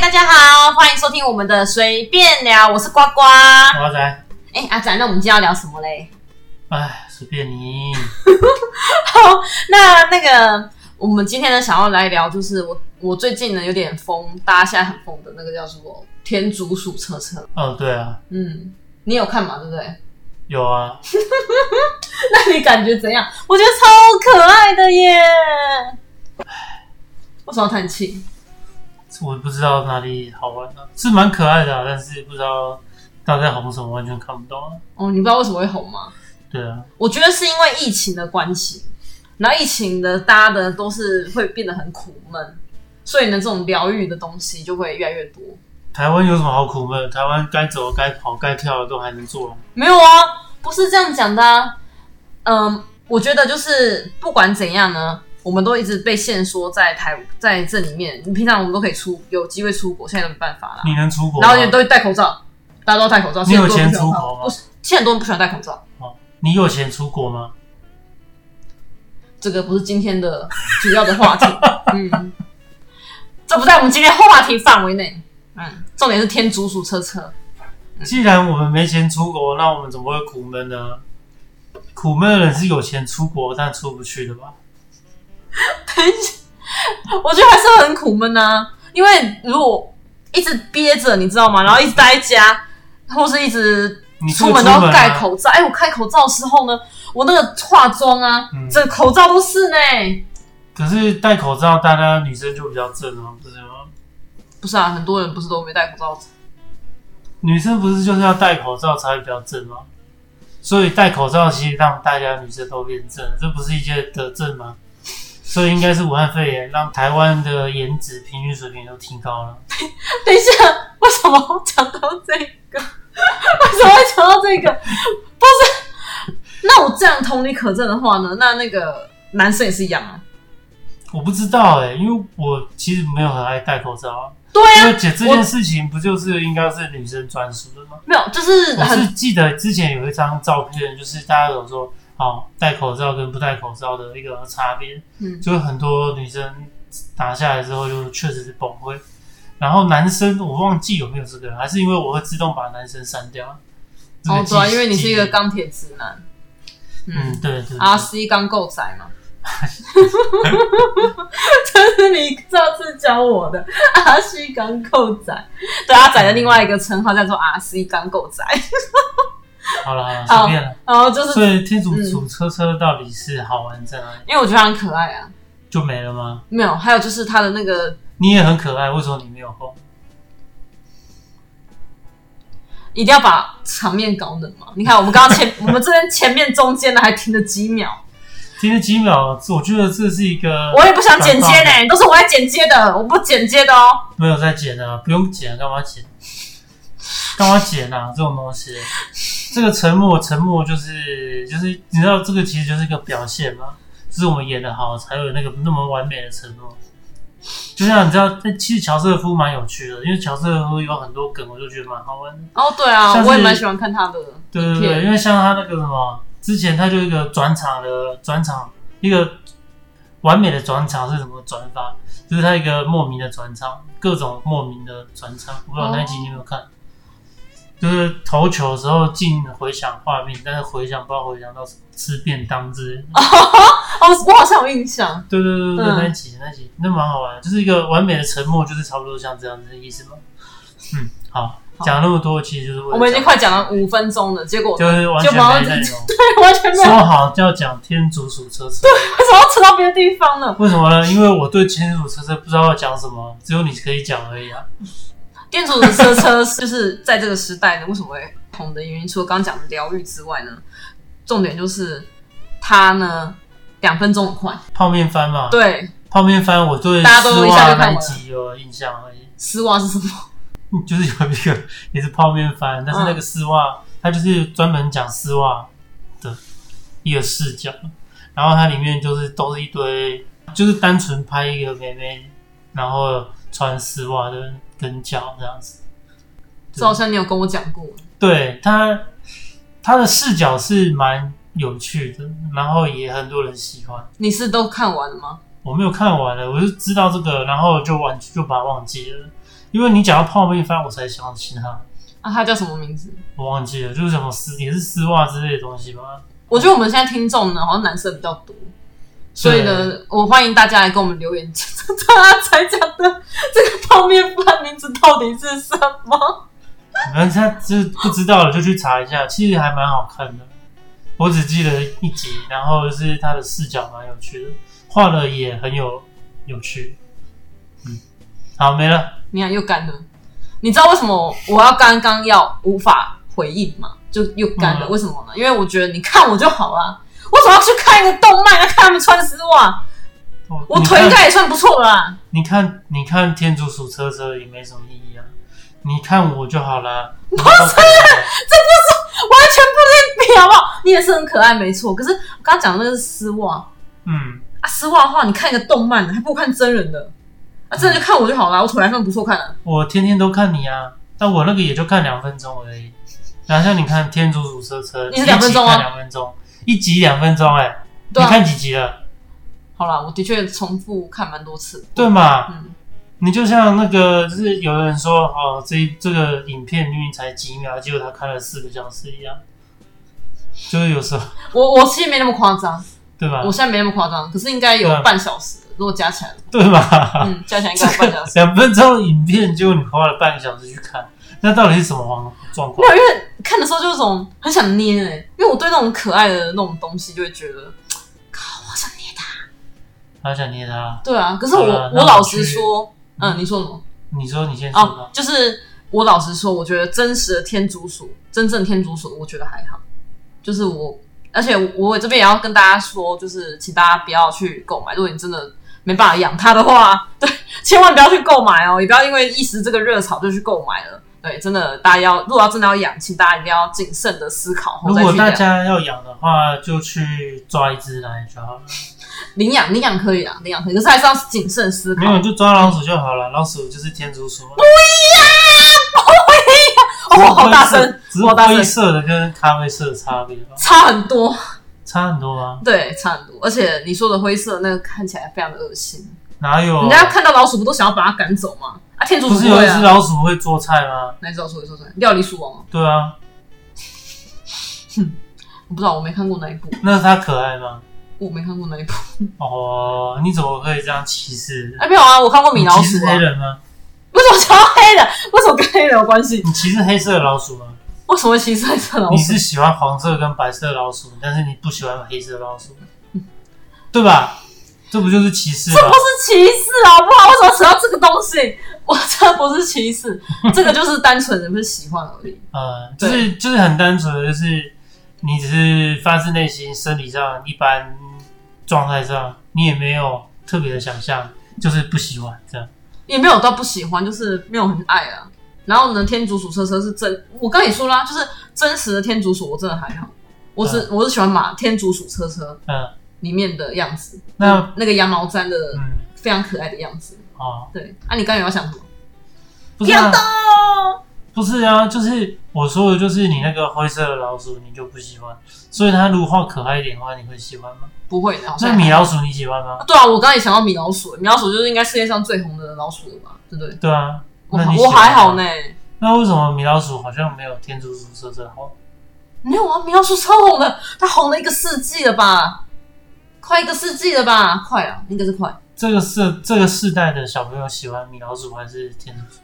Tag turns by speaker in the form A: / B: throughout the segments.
A: 大家好，欢迎收听我们的随便聊，我是呱呱。
B: 哇塞，
A: 哎，阿展，那我们今天要聊什么 嘞？
B: 哎，随便你。
A: 好，那那个我们今天呢，想要来聊，就是我我最近呢有点疯，大家现在很疯的那个叫什么天竺鼠车车。
B: 嗯，对啊，
A: 嗯，你有看嘛？对不对？
B: 有啊，
A: 那你感觉怎样？我觉得超可爱的耶。为什么要叹气？
B: 我不知道哪里好玩啊，是蛮可爱的、啊，但是不知道大家红什么，完全看不懂、啊。
A: 哦，你不知道为什么会红吗？
B: 对啊，
A: 我觉得是因为疫情的关系，然后疫情的大家的都是会变得很苦闷，所以呢，这种疗愈的东西就会越来越多。
B: 台湾有什么好苦闷？台湾该走、该跑、该跳的都还能做、啊。
A: 没有啊，不是这样讲的、啊。嗯，我觉得就是不管怎样呢，我们都一直被限缩在台在这里面。你平常我们都可以出，有机会出国，现在都没办法啦。
B: 你能出国吗
A: 然？后也都戴口罩，大家都戴口罩。
B: 你啊有
A: 现在很多人
B: 钱出
A: 不喜欢
B: 国吗
A: 不是，现在很多人不喜欢戴口罩。
B: 你有钱出国吗？
A: 这个不是今天的主要的话 题，嗯，这不在我们今天话题范围内。嗯，重点是天竺鼠车车，
B: 既然我们没钱出国，那我们怎么会苦闷呢？苦闷的人是有钱出国但出不去的吧？
A: 我觉得还是会很苦闷啊，因为如果一直憋着，你知道吗？然后一直待在家，或是一直
B: 你
A: 出门
B: 门
A: 都要盖
B: 啊，
A: 口罩。哎、我开口罩的时候呢，我那个化妆啊，
B: 嗯
A: 整个口罩都是呢。
B: 可是戴口罩，大家女生就比较正啊，不是吗？
A: 不是啊，很多人不是都没戴口罩，
B: 女生不是就是要戴口罩才会比较正吗？所以戴口罩其实让大家女生都变正，这不是一件德政吗？所以应该是武汉肺炎让台湾的颜值平均水平都提高了。
A: 等一下，为什么讲到这个？ 为什么会讲到这个？不是，那我这样同理可证的话呢，那那个男生也是一样啊。
B: 我不知道哎、因为我其实没有很爱戴口罩啊，
A: 对
B: 因
A: 啊，
B: 为姐这件事情不就是应该是女生专属的吗？
A: 没有，就是
B: 我
A: 很哦
B: 是记得之前有一张照片，就是大家有说，好戴口罩跟不戴口罩的一个差别，
A: 嗯
B: 就是很多女生打下来之后，就确实是崩溃。然后男生我忘记有没有这个，还是因为我会自动把男生删掉。这个
A: 哦，对啊，
B: 记
A: 因为你是一个
B: 记忆
A: 钢铁直男，
B: 嗯，
A: 嗯
B: 对对对
A: ，RC 钢构仔 嘛。这是你上次教我的 RC 钢构仔，对阿仔的另外一个称号叫做 RC 钢构仔，
B: 好了好了，
A: 好
B: 随便了。
A: 然后就是
B: 所以天主
A: 嗯
B: 主车车到底是好玩在哪里？
A: 因为我觉得他很可爱啊，
B: 就没了吗？
A: 没有，还有就是他的那个
B: 你也很可爱，为什么你没有红？
A: 一定要把场面搞冷嘛？你看，我们刚刚 前我们这边前面中间的还停了几秒，
B: 今天几秒，我觉得这是一个
A: 我也不想剪接
B: 广
A: 呢、
B: 告
A: 都是我在剪接的，我不剪接的哦。
B: 没有在剪啊，不用剪，干嘛剪？干嘛剪啊？这种东西，这个沉默，沉默就是就是，你知道这个其实就是一个表现嘛，就是我们演的好，才有那个那么完美的承诺。就像你知道，但其实乔瑟夫蛮有趣的，因为乔瑟夫有很多梗，我就觉得蛮好玩的。
A: 哦，对啊，
B: 像是
A: 我也蛮喜欢看他的。
B: 对对
A: 片
B: 对，因为像他那个什么，之前他就一个转场的转场，一个完美的转场是什么转法？就是他一个莫名的转场，各种莫名的转场。我不知道那一集你有没有看？就是投球的时候进回响画面，但是回响不知道回响到什么吃便当之类的。
A: 哦，我好像有印象。
B: 对对对对，
A: 嗯
B: 那一集那一集那蛮好玩的，就是一个完美的沉默，就是差不多像这样子的意思吧。嗯，好，
A: 好
B: 讲那么多其实就是为了
A: 我们已经
B: 讲
A: 快讲了五分钟了，结果
B: 就是完
A: 就忙到
B: 全没内容。
A: 对 完全没有，
B: 说好要讲天竺鼠车车，
A: 为什么要扯到别的地方了？
B: 为什么呢？因为我对天竺鼠车车不知道要讲什么，只有你可以讲而已啊。
A: 店主的车车就是在这个时代呢，为什么会红的原因，除了刚刚讲的疗愈之外呢，重点就是它呢两分钟很快，
B: 泡面番嘛，
A: 对，
B: 泡面番我对
A: 大家都
B: 丝
A: 一下
B: 袜
A: 就看
B: 那
A: 完
B: 一
A: 了
B: 集有印象而已，
A: 丝袜是什么？
B: 嗯就是有一个 也是泡面番，但是
A: 嗯
B: 那个丝袜它就是专门讲丝袜的一个视角，然后它里面就是都是一堆，就是单纯拍一个妹妹，然后穿丝袜的跟脚这样子。
A: 这好像你有跟我讲过，
B: 对他，他的视角是蛮有趣的，然后也很多人喜欢。
A: 你是都看完了吗？
B: 我没有看完了，我就知道这个，然后就完就把它忘记了。因为你讲到泡面番，我才想起它，
A: 啊，它叫什么名字？
B: 我忘记了，就是什么丝也是丝袜之类的东西吧。
A: 我觉得我们现在听众呢，好像男生比较多，所以呢，我欢迎大家来跟我们留言， 他才讲的这个泡面饭名字到底是什么？
B: 反正他就是不知道了，就去查一下，其实还蛮好看的。我只记得一集，然后就是他的视角蛮有趣的，画的也很有有趣。嗯，好，没了。
A: 你看又干了，你知道为什么我要刚刚要无法回应吗？就又干了，
B: 嗯
A: 为什么呢？因为我觉得你看我就好啦，为什么要去看一个动漫要看他们穿丝袜？我
B: 你
A: 腿应
B: 看
A: 该也算不错啦。
B: 你看，你看天竺鼠车车也没什么意义啊。你看我就好啦。不是，
A: 完全不能比好不好？你也是很可爱，没错。可是我刚刚讲的那个是丝袜，
B: 嗯，
A: 啊，丝袜的话，你看一个动漫，还不如看真人的。啊，真人就看我就好了，我腿还算不错看啊。
B: 我天天都看你啊，但我那个也就看两分钟而已。然后像你看天竺鼠车车，
A: 你是两分钟啊
B: 一集看两分钟，一集两分钟、哎、
A: 对
B: 你
A: 啊，
B: 看几集了？
A: 好啦，我的确重复看蛮多次。
B: 对嘛？
A: 嗯，
B: 你就像那个，就是有人说哦，这一这个影片明明才几秒，结果他看了四个小时一样，就是有时候
A: 我我其实没那么夸张，
B: 对吧
A: 我？现在没那么夸张，可是应该有
B: 对啊
A: 半小时，如果加起来，
B: 对吧？
A: 嗯，加起来应该有半小时。
B: 两分钟的影片，结果你花了半个小时去看，那到底是什么状状
A: 没
B: 况？
A: 有，因为看的时候就是种很想捏哎、因为我对那种可爱的那种东西就会觉得，靠，我想捏它。
B: 好想捏他。
A: 对啊，可是我
B: 好啦那
A: 我
B: 我
A: 老实
B: 去
A: 说，嗯，你说什么？
B: 你说你先说
A: 哦
B: 吧，，
A: 就是我老实说，我觉得真实的天竺鼠，真正天竺鼠，我觉得还好。就是我，而且我这边也要跟大家说，就是请大家不要去购买，如果你真的没办法养它的话， 对，千万不要去购买哦，也不要因为一时这个热潮就去购买了。对，真的，大家要如果要真的要养，请大家一定要谨慎的思考后
B: 如
A: 哦再
B: 果
A: 去
B: 大
A: 养。
B: 家要养的话，就去抓一只来就好了。
A: 领养，领养可以啊，领养可以，可是还是要谨慎思考
B: 没。有，就抓老鼠就好了。老鼠就是天竺 鼠嘛。
A: 哦，好大
B: 只是
A: 声
B: 灰色，只是
A: 好大
B: 灰
A: 声，
B: 色的跟咖啡色的差别吧，
A: 差很多。
B: 差很多吗？
A: 对，差很多。而且你说的灰色那个看起来非常的恶心，
B: 哪有？啊
A: 人家看到老鼠不都想要把它赶走吗？啊，天竺
B: 哦不
A: 鼠
B: 是有
A: 会
B: 一只
A: 啊。
B: 老鼠会做菜吗？
A: 哪只老鼠会说出来？料理鼠王吗？
B: 对啊，
A: 我不知道，我没看过那一部，
B: 那它可爱吗？
A: 我没看过那一部。
B: 哦，你怎么可以这样歧视？
A: 哎，没有啊，我看过米
B: 你
A: 老
B: 歧
A: 鼠
B: 视
A: 啊
B: 黑。人吗？
A: 为什么想要黑的？为什么跟黑人有关系？
B: 你歧视黑色的老鼠吗？
A: 为什么会歧视黑色老
B: 你
A: 鼠？
B: 是喜欢黄色跟白色的老鼠，但是你不喜欢黑色的老鼠，对吧？这不就是歧视吗
A: 不？是歧视好不好？为什么扯到这个东西？我这不是歧视，这个就是单纯的不是喜欢而已。
B: 呃，就是就是很单纯的，就是你只是发自内心，生理上一般状态上，你也没有特别的想象，就是不喜欢这样。
A: 也没有到不喜欢，就是没有很爱啊。然后呢，天竺鼠车车是真，我刚也说啦、就是真实的天竺鼠，我真的还好。我只、我是喜欢马天竺鼠车车
B: 嗯
A: 里面的样子，
B: 那
A: 那个羊毛毡的、
B: 嗯，
A: 非常可爱的样子。
B: 哦，
A: 对，啊，你刚才有要想什么？
B: 不是、啊
A: 不要、哦，
B: 不是啊，就是我说的，就是你那个灰色的老鼠，你就不喜欢，所以它如果画可爱一点的话，你会喜欢吗？
A: 不会的，好像
B: 那米老鼠你喜欢吗？
A: 对啊，我刚才也想到米老鼠，米老鼠就是应该世界上最红的老鼠了吧？对不对？
B: 对啊，
A: 我
B: 那你喜
A: 我
B: 欢吗
A: 还好呢。，
B: 那为什么米老鼠好像没有天竺鼠色色好？
A: 没有啊，米老鼠超红的，它红了一个世纪了吧？快一个世纪了吧？快啊，应该是快。
B: 这个是这个世代的小朋友喜欢米老鼠还是天竺鼠？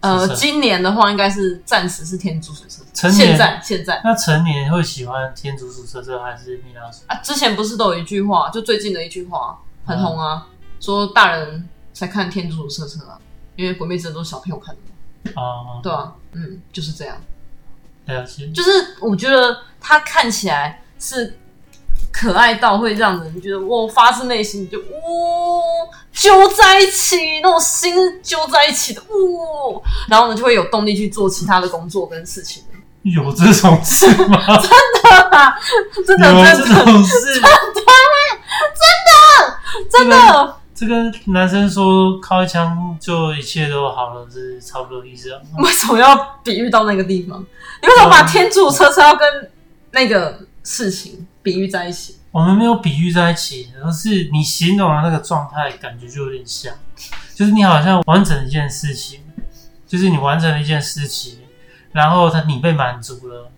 A: 呃，
B: 是
A: 今年的话应该是暂时是天竺鼠车车，
B: 成年
A: 现在现在
B: 那成年会喜欢天竺鼠色色还是米老鼠？
A: 啊，之前不是都有一句话，就最近的一句话很红啊，说大人才看天竺鼠车车啊，因为鬼灭之刃都是小朋友看的嘛，
B: 哦、
A: 对 啊，嗯，就是这样，
B: 了解。
A: 就是我觉得它看起来是可爱到会让人觉得哇，发自内心就哇揪在一起，那种心揪在一起的哇，然后呢就会有动力去做其他的工作跟事情。
B: 有这种事吗？
A: 真的
B: 有
A: 真
B: 这
A: 的
B: 种事？
A: 真的，
B: 这个男生说靠一枪就一切都好了，是差不多意思啊。
A: 为什么要比喻到那个地方？你为什么把天柱车车要跟那个事情比喻在一起？
B: 我们没有比喻在一起，而是你形容的那个状态，感觉就有点像，就是你好像完整一件事情，就是你完成了一件事情，然后他你被满足了，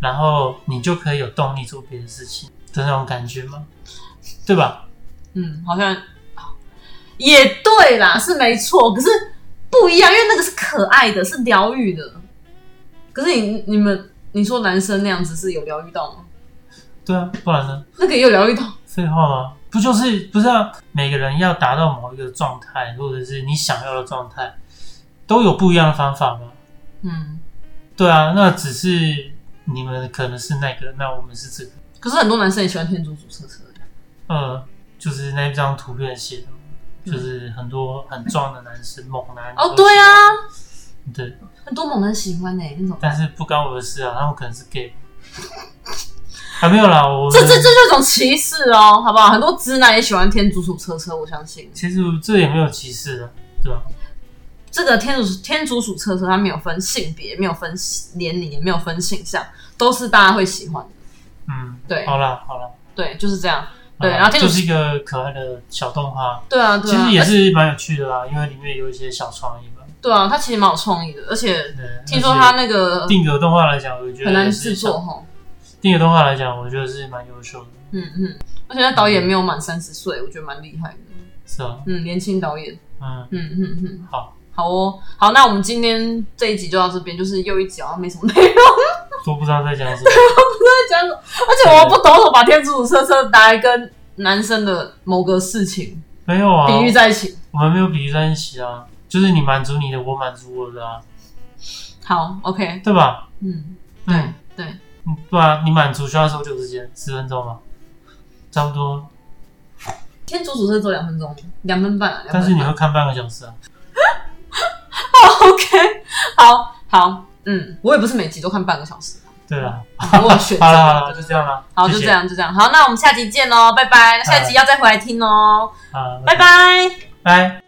B: 然后你就可以有动力做别的事情的那种感觉吗？对吧？
A: 嗯，好像也对啦，是没错，可是不一样，因为那个是可爱的，是疗愈的。可是你你们你说男生那样子是有疗愈到吗？
B: 对啊，不然呢？
A: 那个也有疗愈到，
B: 废话吗？不就是不是啊？每个人要达到某一个状态，或者是你想要的状态，都有不一样的方法吗？
A: 嗯。
B: 对啊，那只是你们可能是那个，那我们是这个，
A: 可是很多男生也喜欢天竺鼠车车，
B: 呃，就是那张图片写的嘛，就是很多很壮的男生、猛男。
A: 哦，对啊，
B: 对，
A: 很多猛男喜欢呢、那种。
B: 但是不干我的事啊，他们可能是 gay。还没有啦，我
A: 这这这就是一种歧视哦，好不好？很多直男也喜欢天竺鼠车车，我相信
B: 其实这也没有歧视啊，对吧、
A: 这个天竺天竺鼠车车它没有分性别，没有分年龄，也没有分性向，都是大家会喜欢的。
B: 嗯，
A: 对
B: 好啦，好啦，
A: 对，就是这样。
B: 好
A: 对
B: 啦
A: 然后天主
B: 啊就是一个可爱的小动画，
A: 对啊，对
B: 其
A: 啊，
B: 实也是蛮有趣的啦，因为里面有一些小创意嘛。
A: 而对啊，它其实蛮有创意的，而且
B: 对，
A: 听说
B: 而且
A: 它那个
B: 定格动画来讲，我觉得
A: 很难
B: 也是
A: 制作
B: 小。
A: 哈。
B: 定格动画来讲，我觉得是蛮优秀的，
A: 嗯嗯，而且那导演没有满三十岁，我觉得蛮厉害的。
B: 是吧？
A: 嗯，年轻导演。
B: 嗯，
A: 嗯嗯嗯。
B: 好，
A: 好哦，好，那我们今天这一集就到这边，就是又一集好像没什么内容
B: 都不知道在讲什么。
A: 讲什么，而且我不懂怎么把天竺鼠车车拿来跟男生的某个事情
B: 没有啊，
A: 比喻在一起。
B: 我们没有比喻在一起啊，就是你满足你的，我满足我的啊，
A: 好，OK，
B: 对吧？
A: 嗯，
B: 嗯，
A: 对对
B: 嗯，对啊，你满足需要多久时间？十分钟吗？差不多，
A: 天竺鼠车走两分钟，两分半啊，两分半
B: 但是你会看半个小时啊。
A: OK，好好，嗯，我也不是每集都看半个小 时，嗯
B: 对啦，
A: 我有选择。
B: 好了好了，
A: 对
B: 就这样啦。
A: 好，就
B: 谢谢
A: 这样，就这样。好，那我们下集见喽，拜拜。下一集要再回来听哦，
B: 啊，
A: 拜拜。
B: 拜。